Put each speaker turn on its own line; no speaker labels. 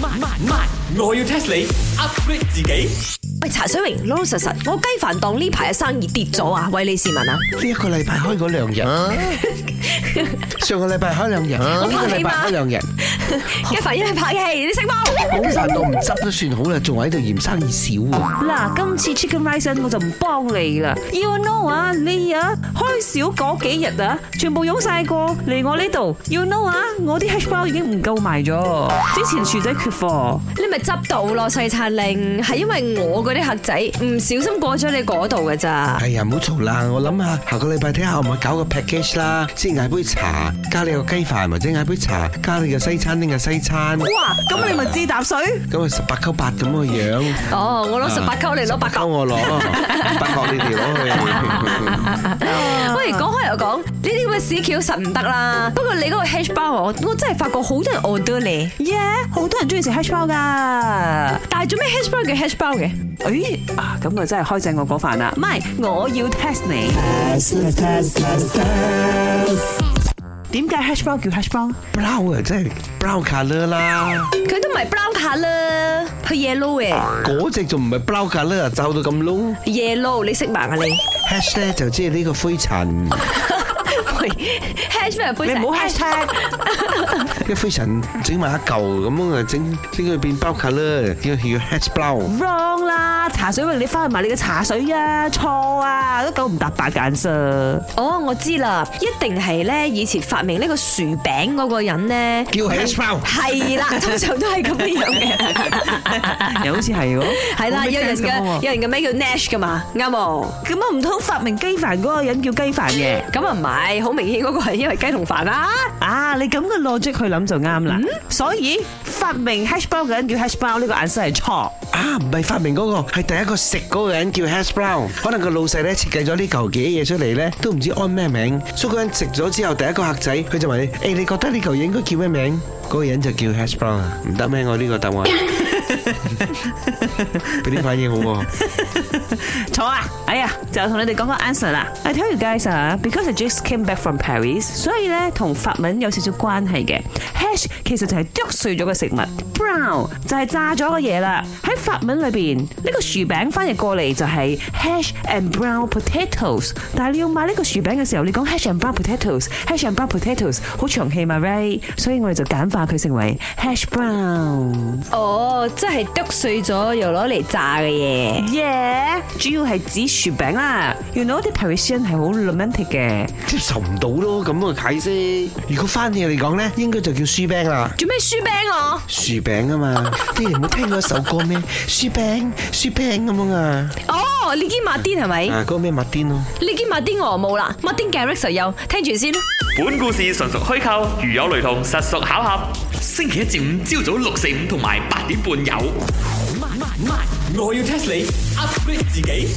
慢慢慢，我要 test 你 upgrade 自己。
喂，茶水榮，老老實實，我雞飯檔呢排嘅生意跌咗啊！喂，你市民 啊，
呢一個禮拜開嗰兩日，上個禮拜開兩日，
啊
呢個禮拜開兩日，
雞飯因為拍戲，你識啊冇？
好賺到唔執都算好啦，仲喺度嫌生意少喎。
嗱，今次 Chicken Rice 啊我就唔幫你啦。You know 啊，你啊開少嗰幾日啊，全部湧晒過嚟我呢度。You know 啊，我啲 hash 包已經唔夠賣咗，之前薯仔缺貨。
你咪執到咯，西餐令係因為我嗰啲客仔唔小心過咗你嗰度嘅咋。
哎呀，唔好嘈啦，我諗下下個禮拜睇下可唔可以搞個 package 啦，先嗌杯茶，加你個雞飯或者嗌杯茶，加你個西餐拎個西餐，
哇，咁你咪自搭水？
咁啊十八溝八咁嘅樣。
哦，我攞十八溝，你攞八
溝
嚿。
我攞，八角你哋 攞去。
啊
喂，講開又講，呢啲咁嘅屎橋實唔得啦。不過你嗰個 hash 包我我真係發覺好多人 order 你，
耶，好多人中意食 hash 包㗎。
但係做咩 hash 包叫 hash 包嘅？
誒啊，咁啊真係開正我嗰飯啦！唔係，我要 test 你。點解 hash 包叫 hash 包？
brown 啊，真係 brown colour 啦，
佢都唔係 brown 卡啦，佢 yellow 嘅
嗰只仲唔係 brown colour 啊，皺到咁窿。
yellow，你識盲啊你？
hash 咧就即係呢個灰塵，
喂，hash 咩杯
你
仔？
唔好 hashtag，
哎
一灰塵整埋一嚿咁樣啊，整整佢變 brown colour，叫叫 hash brown。
wrong 啦！茶水榮，你翻去買你嘅茶水啊，錯啊，都九唔搭八 眼色。
哦，我知啦，一定係咧以前發明呢個薯餅嗰個人咧，
叫 hash brown，
係啦，通常都係咁樣嘅，
又好似係喎，
係啦，
冇
有
make
人
sense 咁
嘅
喎
有人嘅名叫 Nash 噶嘛，啱冇？
咁啊唔通發明雞飯嗰個人叫雞飯嘅？
咁啊唔係，好明顯嗰個係因為雞同飯啦。
啊，你咁嘅 logic 去諗就啱
嗯
啦。所以發明 hash 包嘅人叫 hash 包呢個眼色係錯。
啊，唔係發明嗰個，係第一個食嗰個人叫 hash brown。可能個老細咧設計咗呢嚿嘢嘢出嚟咧，都唔知安咩名。所以嗰個人食咗之後，第一個客仔佢就問你：，誒，你覺得呢嚿嘢應該叫咩名？嗰個人就叫 hash brown à? 啊，唔得咩？我呢個答案，俾啲反應好喎。
坐啊！哎呀，就同你哋講個 answer 啦。I tell you guys 啊，because I just came back from Paris，所以咧同法文有少少關係嘅。Hash 其實就係剁碎咗嘅食物，brown 就係炸咗嘅嘢啦。喺法文裏邊，呢個薯餅翻譯過嚟就係 hash and brown potatoes。但係你要買呢個薯餅嘅時候，你講 hash and brown potatoes，hash and brown potatoes 好長氣嘛，right？所以我哋就簡化佢成為 hash brown。
哦，即係剁碎咗又攞嚟炸嘅嘢。
耶！主要係指薯餅啦。原來啲 Parisian 係好 romantic 嘅。
接受唔到咯，咁嘅解釋。如果翻譯嚟講咧，應該就叫書餅啦，
做咩書餅我？
薯餅啊嘛。你哋冇聽過一首歌咩？書餅，書餅咁樣啊。
哦，你堅麥癲係咪？
啊，嗰個咩麥癲咯。
你堅麥癲我冇啦，麥癲 Garrick 就有，聽住先啦。
本故事純屬虛構，如有雷同，實屬巧合。
星期一至五朝早六四五同埋八點半有。慢慢慢，我要 test 你 upgrade 自己。